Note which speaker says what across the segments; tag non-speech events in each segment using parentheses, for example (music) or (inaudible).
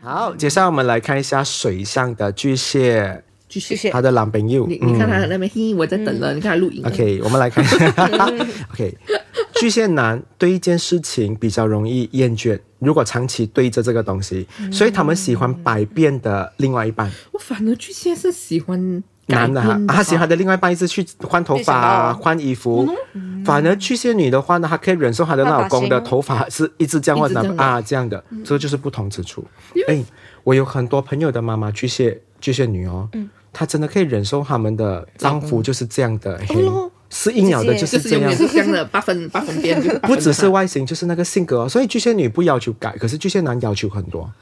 Speaker 1: 好，接下来我们来看一下水象的巨蟹，
Speaker 2: 巨
Speaker 3: 谢
Speaker 2: 蟹，
Speaker 3: 谢
Speaker 1: 他。的男朋友。
Speaker 2: 你你看他那边，嘿，我在等
Speaker 3: 嗯
Speaker 2: 了，你看他录影。
Speaker 1: 嗯 OK，我们来看 (laughs) 一下。OK，巨蟹男对一件事情比较容易厌倦，如果长期对着这个东西，
Speaker 2: 嗯
Speaker 1: 所以他们喜欢百变的另外一半。
Speaker 2: 我反而巨蟹是喜欢改
Speaker 1: 男的哈，
Speaker 2: 变
Speaker 1: 啊
Speaker 2: 吧
Speaker 1: 他喜欢的另外一半一直去换头发啊、
Speaker 3: 没想到
Speaker 1: 换衣服，
Speaker 2: 嗯
Speaker 1: 反而巨蟹女的话呢，她可以忍受她的老公的
Speaker 3: 换发型
Speaker 1: 头发是一直这样换
Speaker 2: 一直
Speaker 1: 的
Speaker 2: 这样的嗯
Speaker 1: 啊，这样的，这就是不同之处。哎，我有很多朋友的妈妈巨蟹巨蟹女哦，
Speaker 2: 嗯
Speaker 1: 她真的可以忍受他们的丈夫就是这样的，嘿
Speaker 3: 咯，
Speaker 1: 适应了的就
Speaker 2: 嗯哦就是是
Speaker 1: 这
Speaker 2: 永
Speaker 1: 样
Speaker 2: 远。是这样的八分八分边，就是
Speaker 1: (laughs)
Speaker 2: 八
Speaker 1: 不
Speaker 2: 分
Speaker 1: 只是
Speaker 2: 的
Speaker 1: 外形，就是那个性格哦。所以巨蟹女不要求改，可是巨蟹男要求很多，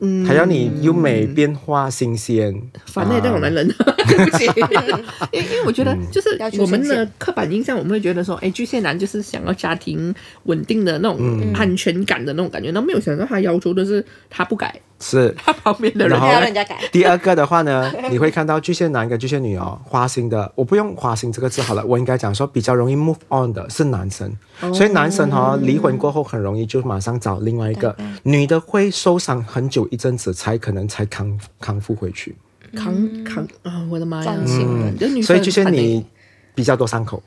Speaker 1: 嗯，还要你优美、变化、新鲜。
Speaker 2: (laughs) 反内这种男人，
Speaker 1: (laughs)
Speaker 2: 对
Speaker 3: (laughs)
Speaker 2: 不起，因为因为我觉得
Speaker 1: 嗯
Speaker 2: 就是
Speaker 3: 要求
Speaker 2: 我们
Speaker 3: 深
Speaker 2: 的刻板印象，我们会觉得说，哎，巨蟹男就是想要家庭稳定的那
Speaker 1: 嗯
Speaker 3: 嗯
Speaker 2: 种安全感的那种感觉，那没有想到他要求的是他不改，
Speaker 1: 是，
Speaker 2: 他旁边的人
Speaker 1: 然后
Speaker 3: 不要让人家改。
Speaker 1: (laughs) 第二个的话呢，你会看到巨蟹男跟巨蟹女哦，花心的，我不用花心这个字好了，我应该讲说比较容易 move on 的是男生，所以男生哦离婚过后很容易就马上找另外一个，女的会受伤很久一阵子才可能才康康复回去，
Speaker 2: 扛
Speaker 3: 嗯
Speaker 2: 扛啊，我的妈呀
Speaker 3: 占星人，
Speaker 2: 就女生
Speaker 1: 嗯所以巨蟹
Speaker 2: 很惨嗯欸
Speaker 1: 女比较多伤口，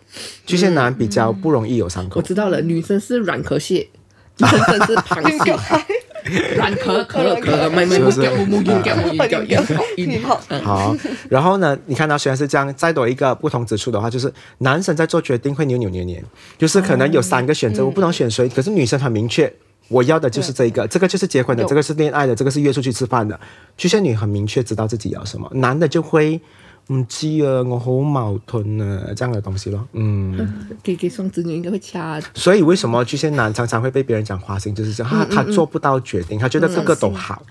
Speaker 1: 巨蟹男比较不容易有伤口。
Speaker 2: 我知道了，女生是软壳蟹，男生是螃蟹，软壳壳壳，没没
Speaker 1: 是
Speaker 2: 没，
Speaker 1: 不是
Speaker 2: 我木有掉，木有掉，有
Speaker 3: 你
Speaker 2: 掉，
Speaker 3: 好，
Speaker 1: 嗯 (laughs) 好，然后呢？你看到虽然是这样，再多一个不同之处的话，就是男生在做决定会扭扭捏捏，就是可能有三个选择，我不能选谁，可是女生很明确，我要的就是这一个，这个就是结婚的，这个是恋爱的，这个是约出去吃饭的。巨蟹女很明确知道自己要什么，男的就会。唔知啊，我好矛盾啊，这样的东西咯，嗯，
Speaker 2: 给给双子女应该会掐，
Speaker 1: 所以为什么巨蟹男常常会被别人讲 (coughs) 花心，就是这样，他他做不到决定，他觉得个个都好，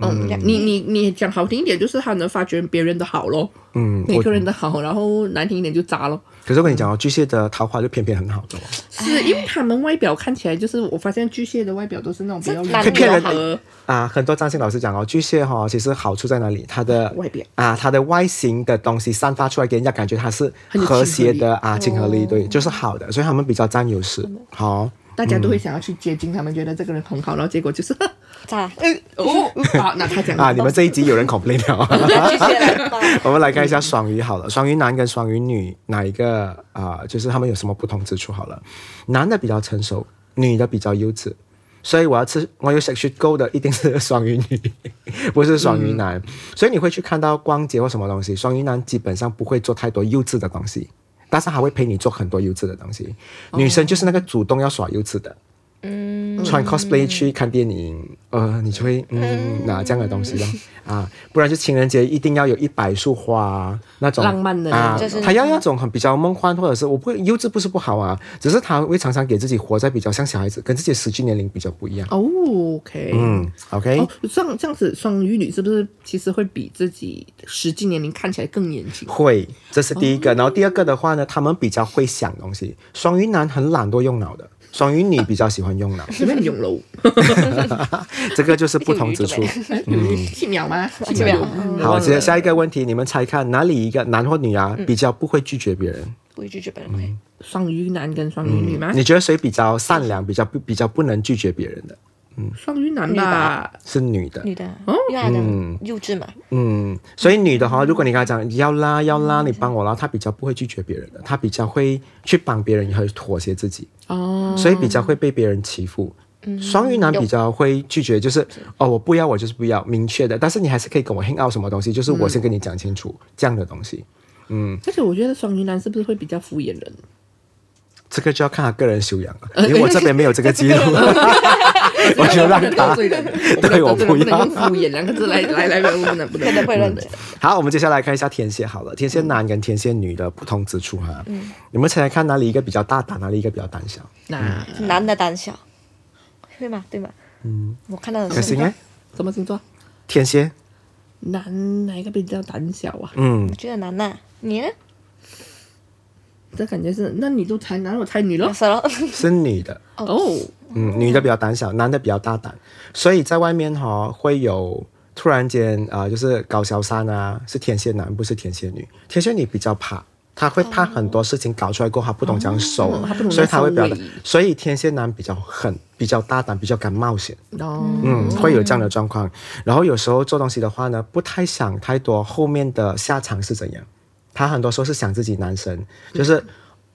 Speaker 2: 嗯，你你你讲好听一点，就是他能发觉别人的好咯，
Speaker 1: 嗯，
Speaker 2: 每
Speaker 1: 我
Speaker 2: 个人的好，然后难听一点就渣咯。
Speaker 1: 可是我跟你讲哦，巨蟹的桃花就偏偏很好的、哦，
Speaker 2: 是因为他们外表看起来就是，我发现巨蟹的外表都是那种比较
Speaker 3: 这男
Speaker 1: 可以骗人的
Speaker 2: 柔和
Speaker 1: 啊，很多占星老师讲哦，巨蟹哈、其实好处在哪里？它的
Speaker 2: 外表
Speaker 1: 啊，它的外形的东西散发出来给人家感觉它是
Speaker 2: 很有哦
Speaker 1: 和
Speaker 2: 亲和
Speaker 1: 谐
Speaker 2: 力
Speaker 1: 的啊，亲和力对，就是好的，所以他们比较占优势。好，
Speaker 2: 大家都会想要去接近他们，觉得这个人很好，然后结果就是，
Speaker 1: (laughs) 啊
Speaker 3: 咋？哎
Speaker 2: 哦，好，那他讲
Speaker 1: 啊，你们这一集有人 complain 了。
Speaker 3: 谢谢。
Speaker 1: 我们来看一下双鱼好了，双鱼男跟双鱼女哪一个啊、就是他们有什么不同之处好了？男的比较成熟，女的比较幼稚，所以我要吃我有 s e x u go 的一定是双鱼女，不是双鱼男。所以你会去看到逛街或什么东西，双鱼男基本上不会做太多幼稚的东西，但是他会陪你做很多幼稚的东西。女生就是那个主动要耍幼稚的。
Speaker 3: 嗯
Speaker 1: 穿 cosplay 去看电影，呃，你就会嗯拿这样的东西咯啊，不然就情人节一定要有一百束花那种
Speaker 2: 浪漫的
Speaker 1: 啊
Speaker 3: 就是，
Speaker 1: 他要那种很比较梦幻，或者是我不会幼稚不是不好啊，只是他会常常给自己活在比较像小孩子，跟自己的实际年龄比较不一样。
Speaker 2: 哦，OK，
Speaker 1: 嗯，OK，、
Speaker 2: 哦，这样这样子，双鱼女是不是其实会比自己实际年龄看起来更年轻？
Speaker 1: 会，这是第一
Speaker 2: 哦
Speaker 1: 个。然后第二个的话呢，他们比较会想东西，双鱼男很懒惰用脑的，双鱼女比较喜欢用脑，
Speaker 2: 随便你用喽，
Speaker 1: 这个就是不同
Speaker 2: (laughs)
Speaker 1: 之处。
Speaker 2: 七秒吗？
Speaker 3: 七秒
Speaker 2: 嗯
Speaker 1: 好，接下一
Speaker 2: 一
Speaker 1: 个问题，你们猜看哪里一个男或女啊比较不会拒绝别人？
Speaker 3: 不会拒绝别
Speaker 1: 嗯
Speaker 3: 人会。
Speaker 2: 双鱼男跟双鱼女吗？
Speaker 1: 你觉得谁比较善良，比较不比较不能拒绝别人的？
Speaker 2: 双鱼男
Speaker 3: 女
Speaker 2: 吧
Speaker 3: 吧，
Speaker 1: 是女的，
Speaker 3: 女的，因为她的幼稚嘛，
Speaker 1: 嗯，所以女的哈，如果你跟她讲要啦要啦，你帮我啦，她比较不会拒绝别人的，她比较会去帮别人，也会妥协自己，
Speaker 2: 哦，
Speaker 1: 所以比较会被别人欺负。双鱼男比较会拒绝，就是哦，我不要，我就是不要，明确的。但是你还是可以跟我 hang out 什么东西，就是我先跟你讲清楚、这样的东西。
Speaker 2: 而且我觉得双鱼男是不是会比较敷衍人？
Speaker 1: 这个就要看他个人修养了，因为我这边没有这个记录， (laughs) 我就哦让他
Speaker 2: (laughs) 得罪人，
Speaker 1: 对我不
Speaker 2: 不能
Speaker 1: 要
Speaker 2: 用敷衍两个字来来来来，不能不
Speaker 3: 真的
Speaker 2: 能。
Speaker 3: 会认真。
Speaker 1: 好，我们接下来看一下天蝎好了，天蝎男跟天蝎女的不同之处哈。你们猜猜看哪里一个比较大胆，哪里一个比较胆小？
Speaker 2: 那
Speaker 1: 嗯
Speaker 3: 男的胆小，对吗？对吗？嗯，我看到的
Speaker 1: 可
Speaker 3: 是
Speaker 1: 行哎，
Speaker 2: 什么星座？
Speaker 1: 天蝎，
Speaker 2: 男哪一个比较胆小啊？
Speaker 1: 嗯
Speaker 3: 我，觉得男呐，你呢？
Speaker 2: 这感觉是，那你就猜男，我猜女咯。
Speaker 3: 死了，
Speaker 1: 是女的，
Speaker 2: 哦，
Speaker 1: 嗯，女的比较胆小，男的比较大胆，所以在外面哈、会有突然间啊、呃就是搞小三啊，是天蝎男，不是天蝎女，天蝎女比较怕。他会怕很多事情搞出来过后他不懂怎样收，
Speaker 2: 哦他不懂
Speaker 1: 所以他会
Speaker 2: 得收
Speaker 1: 表
Speaker 2: 尾
Speaker 1: 达，所以天蝎男比较狠，比较大胆，比较敢冒险。
Speaker 2: 哦，
Speaker 1: 嗯，会有这样的状况。然后有时候做东西的话呢，不太想太多后面的下场是怎样。他很多时候是想自己男神，就是、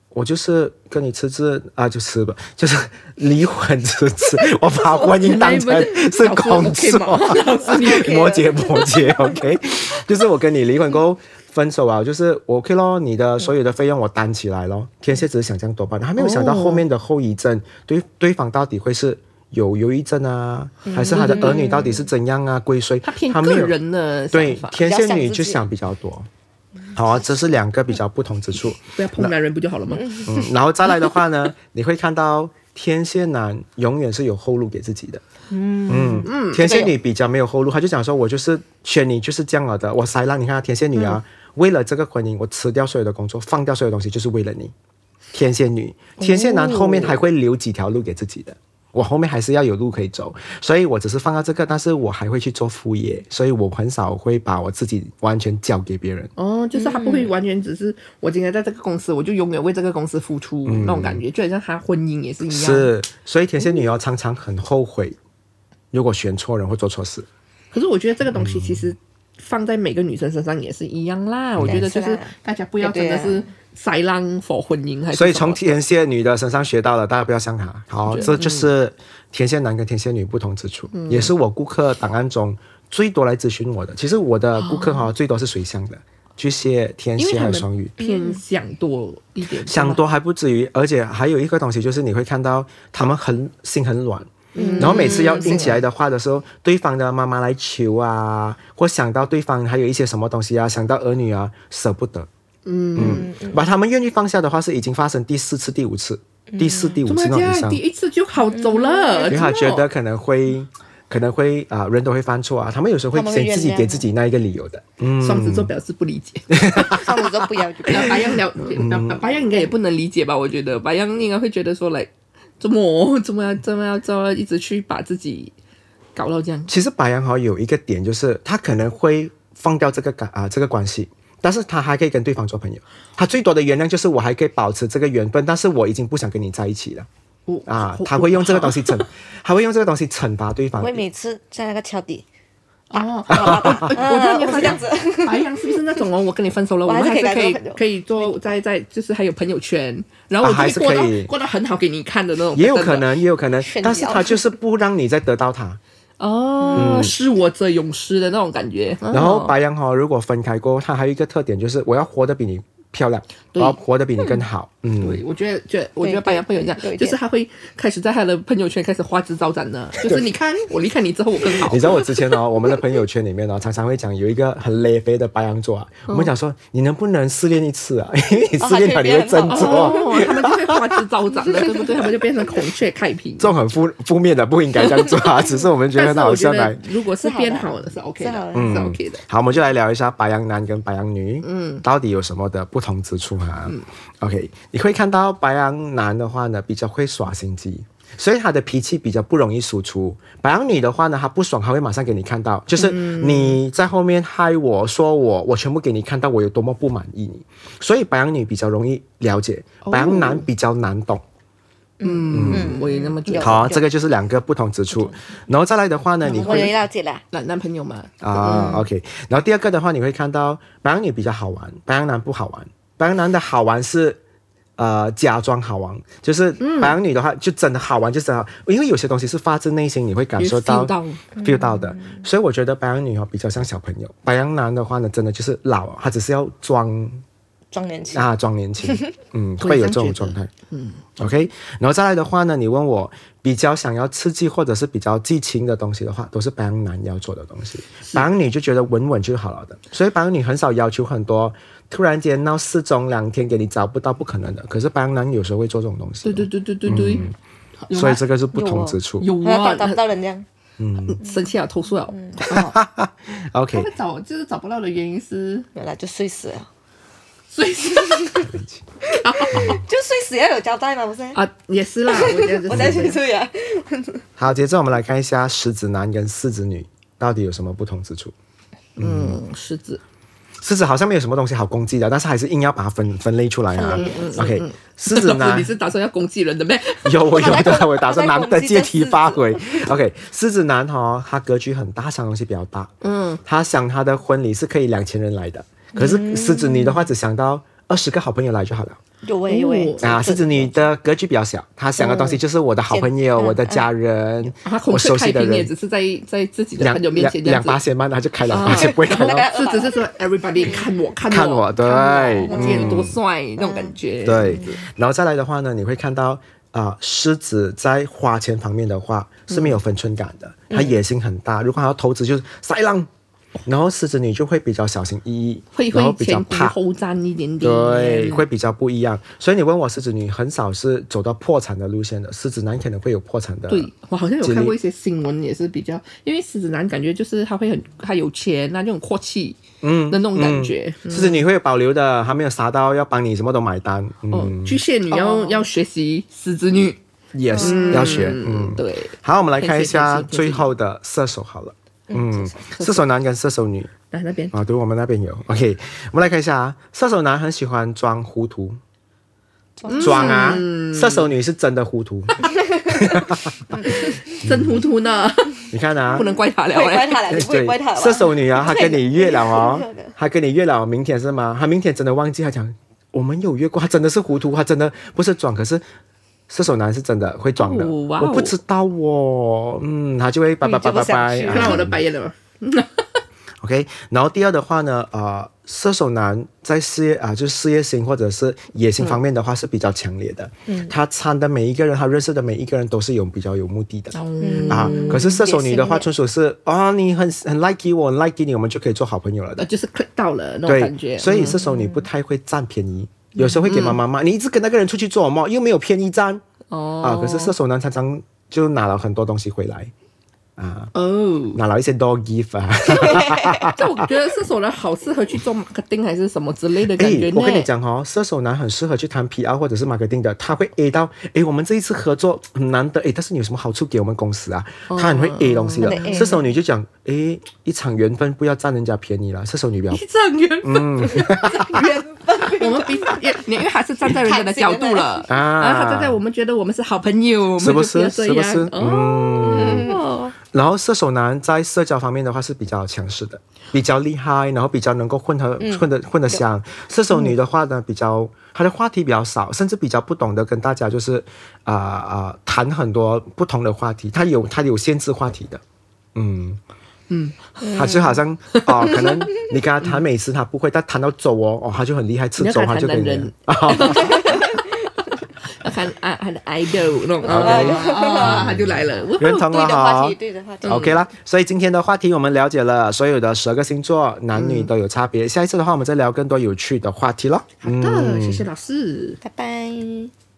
Speaker 1: 我就是跟你辞职啊，就辞吧，就是离婚辞 (laughs) 职。我把婚姻当成是工作，
Speaker 2: 老师你 OK 吗
Speaker 1: 摩羯摩羯，OK，就是我跟你离婚过后分手啊，就是我 OK 咯，你的所有的费用我担起来咯。天蝎只是想这样多半，他没有想到后面的后遗症，对对方到底会是有忧郁症啊，还是他的儿女到底是怎样啊，归谁？
Speaker 2: 嗯他偏
Speaker 1: 没
Speaker 2: 个
Speaker 1: 有
Speaker 2: 人的想
Speaker 1: 对
Speaker 2: 法，
Speaker 1: 天
Speaker 3: 比较
Speaker 1: 蝎
Speaker 3: 想
Speaker 1: 女
Speaker 3: 自
Speaker 1: 就
Speaker 3: 己
Speaker 1: 想比较多。好啊，这是两个比较不同之处。
Speaker 2: 不要碰男人不就好了吗？
Speaker 1: 嗯，然后再来的话呢， (laughs) 你会看到天蝎男永远是有后路给自己的。嗯嗯，天蝎女比较没有后路，她就讲说，我就是选你就是这样了的，我塞烂。你看她天蝎女啊，为了这个婚姻，我辞掉所有的工作，放掉所有东西，就是为了你。天蝎女，天蝎男后面还会留几条路给自己的。我后面还是要有路可以走，所以我只是放到这个，但是我还会去做副业，所以我很少会把我自己完全交给别人。
Speaker 2: 哦，就是他不会完全只是我今天在这个公司，我就永远为这个公司付出那种感觉，就好像他婚姻也是一样。
Speaker 1: 嗯是，所以天蝎女妖常常很后悔，如果选错人或做错事。
Speaker 2: 可是我觉得这个东西其实放在每个女生身上也是一样啦。
Speaker 1: 嗯
Speaker 2: 我觉得就是
Speaker 3: 也是啦
Speaker 2: 大家不要真的
Speaker 3: 也
Speaker 2: 是塞浪 for 婚姻还是
Speaker 1: 所以
Speaker 2: 什
Speaker 1: 从
Speaker 2: 么
Speaker 1: 天蝎女的身上学到了，大家不要像她。好，
Speaker 2: 嗯
Speaker 1: 这就是天蝎男跟天蝎女不同之处，也是我顾客档案中最多来咨询我的。其实我的顾客哈、最多是水象的，巨蟹、天
Speaker 2: 哦因为
Speaker 1: 蝎还
Speaker 2: 他
Speaker 1: 有双
Speaker 2: 们
Speaker 1: 鱼。
Speaker 2: 偏想多一点，
Speaker 1: 想多还不至于，而且还有一个东西就是你会看到他们很心很软。
Speaker 3: 嗯
Speaker 1: 然后每次要拎起来的话的时候，对方的妈妈来求啊，或想到对方还有一些什么东西啊，想到儿女啊，舍不得。嗯把他们愿意放下的话，是已经发生第四次、第五次、第四、第五
Speaker 2: 怎么
Speaker 1: 次那种以
Speaker 2: 这样？
Speaker 1: 上嗯
Speaker 2: 第，一次就好走
Speaker 1: 因
Speaker 2: 了，
Speaker 1: 为
Speaker 2: 真
Speaker 1: 他
Speaker 2: 的
Speaker 1: 觉得可能会，可能会啊、人都会犯错啊，他们有时候
Speaker 3: 他
Speaker 1: 会
Speaker 3: 们会
Speaker 1: 先自己
Speaker 3: 原谅
Speaker 1: 给自己那一个理由的。
Speaker 2: 双子座表示不理解。
Speaker 3: 上次都不要就不要
Speaker 1: (laughs)
Speaker 2: 白白羊了，
Speaker 1: 嗯
Speaker 2: 白白羊应该也不能理解吧？我觉得白羊应该会觉得说，来，怎么怎么要怎么要怎么要一直去把自己搞到这样？
Speaker 1: 其实白羊好有一个点，就是他可能会放掉这个感啊、这个关系，但是他还可以跟对方做朋友。他最多的原谅就是我还可以保持这个缘分，但是我已经不想跟你在一起了
Speaker 2: 我
Speaker 1: 啊
Speaker 2: 我。
Speaker 1: 他会用这个东西惩， (laughs) 他会用这个东西惩罚对方
Speaker 3: 哎我。每次在那个敲底，
Speaker 2: 哦，我我我突然间发
Speaker 3: 啊
Speaker 2: 现
Speaker 3: 我是这
Speaker 2: 白羊是不是那种哦？我跟你分手了，我
Speaker 3: (laughs) 我
Speaker 2: 们
Speaker 3: 还是
Speaker 2: 还是可
Speaker 3: 可以
Speaker 2: 以
Speaker 3: 跟他做朋友
Speaker 2: 可以做在在就是还有朋友圈，然后我
Speaker 1: 啊还
Speaker 2: 就是会过到
Speaker 1: 可以
Speaker 2: 过到很好给你看的那种，
Speaker 1: 也有
Speaker 2: 真的
Speaker 1: 可能，也有可能
Speaker 3: 炫，耀
Speaker 1: 但是他就是不让你再得到他。
Speaker 2: 哦，是我者永失的那种感觉。
Speaker 1: 嗯然后
Speaker 2: 哦
Speaker 1: 白羊哈，如果分开过后，他还有一个特点就是我要活得比你漂亮，我
Speaker 2: 对
Speaker 1: 要活得比你更好。嗯，
Speaker 2: 对，我觉得，觉得我觉得
Speaker 3: 对
Speaker 2: 白羊会有这
Speaker 3: 对有
Speaker 2: 样，就
Speaker 3: 一点
Speaker 2: 是他会开始在他的朋友圈开始花枝招展的，就是你看我离开你之后我更好
Speaker 1: 你，知道我之前哦，我们的朋友圈里面哦，常常会讲有一个很累肥的白羊座啊，
Speaker 2: 嗯
Speaker 1: 我们讲说你能不能失恋一次啊？ (laughs) 因为你失恋了你会振作，啊
Speaker 2: 哦，他们就会花枝招展
Speaker 1: (laughs)
Speaker 2: 了，对不对？他们就变成孔雀开屏
Speaker 1: 这。种很负负面的不应该这样做啊，只是我们觉得
Speaker 2: 但是
Speaker 1: 很好
Speaker 2: 我觉
Speaker 1: 笑
Speaker 2: 得
Speaker 1: 来。，
Speaker 2: 如果是
Speaker 3: 是好的
Speaker 2: 变好的是 OK
Speaker 3: 是好
Speaker 2: 的，
Speaker 3: 的
Speaker 1: 嗯
Speaker 2: 是 OK 的。
Speaker 1: 好，我们就来聊一下白羊男跟白羊女，嗯，到底有什么的不同之处哈、OK，你会看到白羊男的话呢，比较会耍心机，所以他的脾气比较不容易输出。白羊女的话呢，她不爽，她会马上给你看到，就是你在后面嗨我说我，我全部给你看到我有多么不满意你。所以白羊女比较容易了解，白羊男比较难懂。
Speaker 2: 嗯，我也那么觉
Speaker 3: 有
Speaker 2: 得。
Speaker 1: 好，这个就是两个不同之处。然后再来的话 (laughs) 呢，你
Speaker 3: 我
Speaker 1: 会
Speaker 3: 有了解啦。
Speaker 2: 男男朋友嘛，
Speaker 1: 啊、o
Speaker 2: 嗯
Speaker 1: k 然后第二个的话，你会看到白羊女比较好玩，白羊男不好玩。白羊男的好玩是呃假装好玩，就是
Speaker 2: 嗯
Speaker 1: 白羊女的话就真的好玩，就真的好，因为有些东西是发自内心，你会感受
Speaker 2: 有
Speaker 1: 到
Speaker 2: feel 到嗯
Speaker 1: feel 到的。所以我觉得白羊女哦比较像小朋友，白羊男的话呢，真的就是老，他只是要装
Speaker 3: 装年轻，
Speaker 1: 啊装年
Speaker 2: (laughs)
Speaker 1: 轻，嗯，
Speaker 2: 我
Speaker 1: 会
Speaker 2: 也
Speaker 1: 有
Speaker 2: 这
Speaker 1: 这种
Speaker 2: 样觉
Speaker 1: 状
Speaker 2: 得嗯
Speaker 1: 态。OK，然后再来的话呢，你问我比较想要刺激或者是比较激情的东西的话，都是白羊男要做的东西，白羊女就觉得稳稳就好了的，所以白羊女很少要求很多，突然间闹失踪两天给你找不到不可能的，可是白羊男有时候会做这种东西
Speaker 2: 对
Speaker 1: 的，
Speaker 2: 对对对对对，有吗
Speaker 1: 嗯所以这个是不同之处。
Speaker 2: 有
Speaker 3: 还要
Speaker 2: 啊
Speaker 3: 打，打不到人这样。
Speaker 2: 生气了，啊投诉了。他
Speaker 1: OK，
Speaker 2: 们找就是找不到的原因是，
Speaker 3: 没有啦，就睡死了，
Speaker 2: 所
Speaker 1: (laughs)
Speaker 2: 以是
Speaker 3: 就睡死要有交代嘛，不是？
Speaker 1: 嗯
Speaker 2: 啊，也是 (laughs) 啦，我觉得
Speaker 3: 我
Speaker 2: 在
Speaker 3: 才去睡啊，
Speaker 1: 好，接着我们来看一下狮子男跟狮子女到底有什么不同之处。
Speaker 2: 嗯嗯，狮子，
Speaker 1: 狮子好像没有什么东西好攻击的，但是还是硬要把它分分类出来啊。OK，狮子
Speaker 2: 老
Speaker 1: 呢
Speaker 2: 师， (laughs) 你？是打算要攻击人的咩？啊
Speaker 1: 有我有
Speaker 3: 他在
Speaker 1: 的，
Speaker 3: 攻
Speaker 1: 我打算
Speaker 3: 他在
Speaker 1: 难得
Speaker 3: 攻击
Speaker 1: 借
Speaker 3: 这
Speaker 1: 题
Speaker 3: 狮子
Speaker 1: 发挥。OK，狮子男哈，他格局很大，想的东西比较大。嗯，他想他的婚礼是可以两千人来的，可是狮子女的话只想到二十个好朋友来就好了。
Speaker 3: 有诶有诶
Speaker 2: 哦，
Speaker 1: 啊，狮子女的格局比较小，她想的东西就是我的好朋友、
Speaker 3: 嗯
Speaker 1: 我的家人、
Speaker 2: 他孔
Speaker 1: 我
Speaker 2: 雀
Speaker 1: 熟
Speaker 2: 开
Speaker 1: 悉的
Speaker 2: 屏也
Speaker 1: 人
Speaker 2: 只。是在在自己的
Speaker 1: 两
Speaker 2: 朋友面
Speaker 1: 两
Speaker 2: 前这样
Speaker 1: 两
Speaker 2: 子
Speaker 1: 八千万，他就开两八 (laughs) 千，不会开到
Speaker 3: 大概
Speaker 2: (laughs) 是只
Speaker 1: (laughs)
Speaker 2: 是说 everybody 看我看我
Speaker 1: 看我对嗯
Speaker 2: 我今天多帅那种感觉。
Speaker 1: 对，然后再来的话呢，你会看到啊、狮子在花钱方面的话是没有分寸感的，它野心很大。如果它要投资，就是塞浪，然后狮子女就会比较小心翼翼，
Speaker 2: 会
Speaker 1: 然后
Speaker 2: 会
Speaker 1: 比较
Speaker 2: 前仆
Speaker 1: 怕。
Speaker 2: 后站一点点。
Speaker 1: 对，会比较不一样，所以你问我狮子女很少是走到破产的路线的，狮子男可能会有破产的。
Speaker 2: 对，我好像有
Speaker 1: 经
Speaker 2: 看
Speaker 1: 历
Speaker 2: 过一些新闻，也是比较，因为狮子男感觉就是他会很他有钱啊，那种阔气，嗯，的那种感觉。嗯
Speaker 1: 狮子女会有保留的，还没有杀到要帮你什么都买单。嗯、
Speaker 2: 哦，巨蟹女要、
Speaker 3: 哦
Speaker 2: 要学习狮子女，
Speaker 1: y e s 要学。
Speaker 2: 嗯，对，
Speaker 1: 好，我们来看一下
Speaker 2: 天蝎天蝎天蝎
Speaker 1: 最后的射手好了。嗯，
Speaker 3: 射
Speaker 1: 射手男跟射手女
Speaker 2: 来那边
Speaker 1: 啊，对我们那边有。OK，我们来看一下啊，射手男很喜欢装糊涂，
Speaker 3: 嗯
Speaker 1: 装啊，射手女是真的糊
Speaker 3: (laughs)
Speaker 1: 涂。
Speaker 2: 真糊涂呢，
Speaker 1: 你看啊
Speaker 2: 不，能怪他了哎
Speaker 3: 不会怪
Speaker 2: 嘞。
Speaker 3: 他了，你不会怪他了吧
Speaker 1: 射手女啊，她跟你约了哦
Speaker 3: 对的，
Speaker 1: 她跟你约了，明天是吗？她明天真的忘记，她讲我们有约过，她真的是糊涂，她真的不是装，可是。射手男是真的会装的，
Speaker 2: 哦哇哦
Speaker 1: 我不知道哦，嗯，他就会拜拜拜拜拜
Speaker 3: 嗯你就不想去，
Speaker 1: 啊
Speaker 2: 看到我的白眼了吗？
Speaker 1: OK，然后第二的话呢，呃，射手男在事业啊、就是事业心或者是野心方面的话是比较强烈的。嗯，他参的每一个人，他认识的每一个人都是有比较有目的的。
Speaker 2: 嗯，
Speaker 1: 啊，可是射手女的话，
Speaker 3: 野心
Speaker 1: 纯属是啊，你很很 like 我，很 like 你，我们就可以做好朋友了
Speaker 2: 呃
Speaker 1: 的。
Speaker 2: 就是 click 到了那种
Speaker 1: 对，
Speaker 2: 感觉。嗯
Speaker 1: 所以射手女不太会占便宜，有时候会给妈妈骂，你一直跟那个人出去做什么，又没有便宜占、
Speaker 2: 哦，
Speaker 1: 啊。可是射手男常常就拿了很多东西回来，
Speaker 2: 哦，
Speaker 1: 拿了一些 dog gift 啊。
Speaker 2: 这我觉得射手男好适合去做 marketing 还是什么之类的感
Speaker 1: 哎、
Speaker 2: 觉呢。
Speaker 1: 我跟你讲哦，射手男很适合去谈 PR 或者是 marketing 的，他会 A 到，哎，我们这一次合作很难得，哎，但是你有什么好处给我们公司啊？
Speaker 2: 哦
Speaker 1: 他很会 A 东西的
Speaker 3: 他得。A
Speaker 1: 射手女就讲，哎，一场缘分不要占人家便宜了。射手女表
Speaker 2: 一场缘分，
Speaker 1: 嗯
Speaker 2: (laughs) 我们彼此也，因为还是站在人家的角度了
Speaker 1: 啊
Speaker 2: 然后他站在我们觉得我们是好朋友，
Speaker 1: 是不是
Speaker 2: (laughs) 我们就要这样
Speaker 1: 是不是嗯
Speaker 2: (laughs) 哦，
Speaker 1: 然后射手男在社交方面的话是比较强势的，比较厉害，然后比较能够混合、混得混得香。射手女的话呢，比较她的话题比较少，甚至比较不懂得跟大家就是啊啊、谈很多不同的话题，她有她有限制话题的，嗯。嗯，她就好像哦，可能你跟她谈美食，她不会，但谈到粥哦，哦，她就很厉害，吃
Speaker 2: 你要
Speaker 1: 粥
Speaker 2: 跟
Speaker 1: 她
Speaker 2: 他
Speaker 1: 就哦
Speaker 2: 谈
Speaker 1: 可
Speaker 2: 男
Speaker 1: 以
Speaker 2: 人
Speaker 1: (laughs) 了。，
Speaker 2: 要看啊他的 idol 那种，
Speaker 1: OK
Speaker 2: 啊，他就来了，哇
Speaker 1: 认同
Speaker 3: (laughs) 对
Speaker 1: 了
Speaker 3: 的话
Speaker 1: 哈
Speaker 3: 题，。对的话题，
Speaker 1: OK 啦，所以今天的话题我们了解了所有的十二个星座，男
Speaker 3: 嗯
Speaker 1: 女都有差别。下一次的话，我们再聊更多有趣的话题咯。
Speaker 2: 好的，谢谢老师。
Speaker 3: 拜拜。